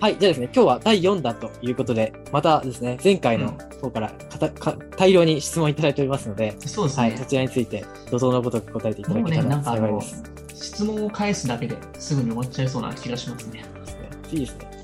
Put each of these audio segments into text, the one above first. はい、じゃあですね、今日は第4弾ということで、またですね、前回の方からかたか大量に質問いただいておりますので、そうですね。はい、そちらについて、怒涛のごとく答えていただもうけね、たならんかあ幸いのです。、質問を返すだけですぐに終わっちゃいそうな気がしますね。ですね次ですね、えー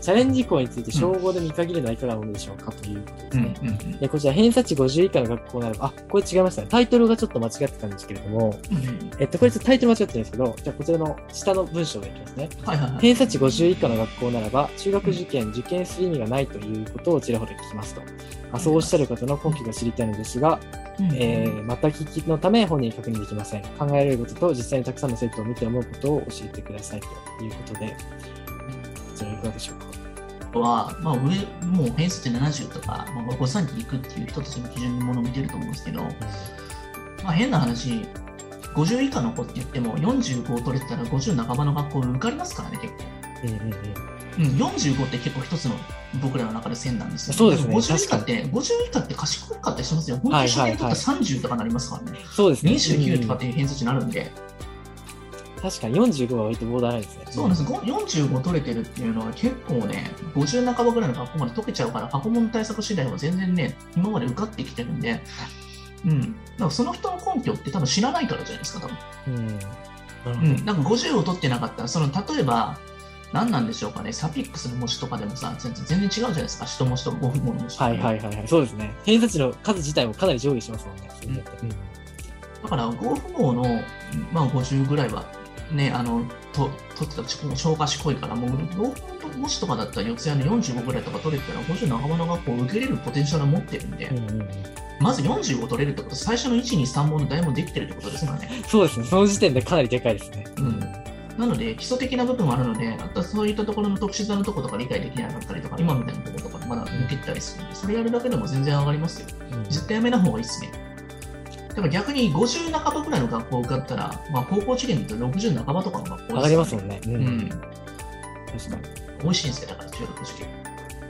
チャレンジ校について称号で見限るのはいかがなものでしょうか、ということですね。うん。でこちら、偏差値50以下の学校ならば、あ、これ違いましたね。タイトルがちょっと間違ってたんですけれども、うんえっと、これちょっとタイトル間違ってるんですけど、じゃあこちらの下の文章がいきますね。はいはいはい。偏差値50以下の学校ならば、中学受験、受験する意味がないということをちらほら聞きますと。まあ、そうおっしゃる方の根拠が知りたいのですが、えー、また聞きのため本人確認できません。考えられることと実際にたくさんの生徒を見て思うことを教えてくださいということで、こちらいかがでしょうか。ー、は、まあ、上、もう偏差値70とか、まあ、5歳に行くっていう人たちの基準のものを見てると思うんですけど、まあ、変な話、50以下の子って言っても、45取れてたら50半ばの学校受かりますからね、結構。うんうんうん。うん、45って結構一つの僕らの中で線なんですよ。そうですね50以下って、50以下って賢かったりしますよ。本当はいにはいはい試験取ったら30とかなりますからね。そうですね。 29とかうっんていう偏差値になるんで、確かに45は割とボーダーラインですね。そうなんです。45取れてるっていうのは結構ね、50半ばぐらいの学校まで解けちゃうから、過去問対策次第は全然ね、今まで受かってきてるんで、うん。だからその人の根拠って多分知らないからじゃないですか、多分。うん。なるほうどん、なんか50を取ってなかったら、その例えば、何なんでしょうかね、サピックスの模試とかでもさ、全然全然違うじゃないですか、人模試と5分後の模試とかはね、いはいはいはい。そうですね。偏差値の数自体もかなり上下しますもんね。うんだから5分後の、まあ、50ぐらいは、ね、あのと取ってたち超賢いから、もう5分模試とかだったら四谷の45ぐらいとか取れてたら、50半ばの学校を受けれるポテンシャルを持ってるんで、うんうんうんまず45取れるってこと、最初の1、2、3問の題もできてるってことですからね。そうですね。その時点でかなりでかいですね。うんなので、基礎的な部分はあるので、あとはそういったところの特殊座のとことか理解できなかったりとか、今みたいなところとかまだ抜けてたりするんで、それやるだけでも全然上がりますよ。絶対やめない方がいいですね。でも逆に50半ばぐらいの学校受かったら、まあ、高校受験だと60半ばとかの学校です、上がりますもんね。う。うんん。確かに。美味しいんですよ、だから中学受験。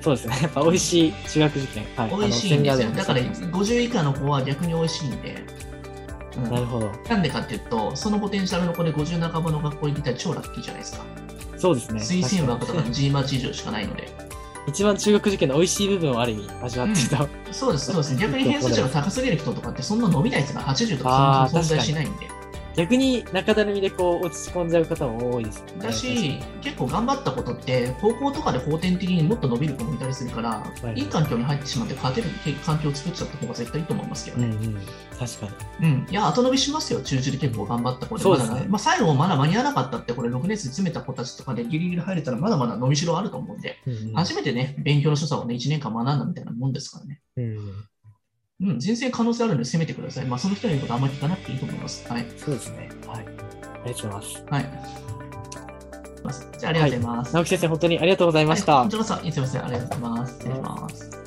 そうですね。やっぱ美味しい中学受験。はい。美味しいんですあよ。のだからセミナーでもそう50以下の子は逆に美味しいんで。うなるんほど。なんでかっていうと、そのポテンシャルの子で50半ばの学校に行ったら超ラッキーじゃないですか。そうですね。推薦枠とか確の G マーチ以上しかないので。に一番中学受験の美味しい部分をある意味味わっていた。そうです、そうで す。逆に偏差値が高すぎる人とかって、そんな伸びないですが、80とかあーそんな存在しないんで。逆に中だるみでこう落ち込んじゃう方も多いですよね、だし、結構頑張ったことって、高校とかで後天的にもっと伸びる子もいたりするから、いい、い環境に入ってしまって、勝てる環境を作っちゃった方が絶対いいと思いますけど確かね。にうんうん。確かに。うん。いや、後伸びしますよ、中中で結構頑張った子で。そうですねまだまあ、最後まだ間に合わなかったって、これ6年生詰めた子たちとかでギリギリ入れたら、まだまだ伸びしろあると思うんで、うんうん初めてね、勉強の所作をね、1年間学んだみたいなもんですからね。うんうん、全然可能性あるんで攻めてください。まあ、その人の言うことあんまり聞かなくていいと思います。はい。そうですね。はい。ありがとうございます。はい。じゃあ、ありがとうございます。直木先生、本当にありがとうございました。はいこちらこそ、いつもすいません。ありがとうございます。失礼します。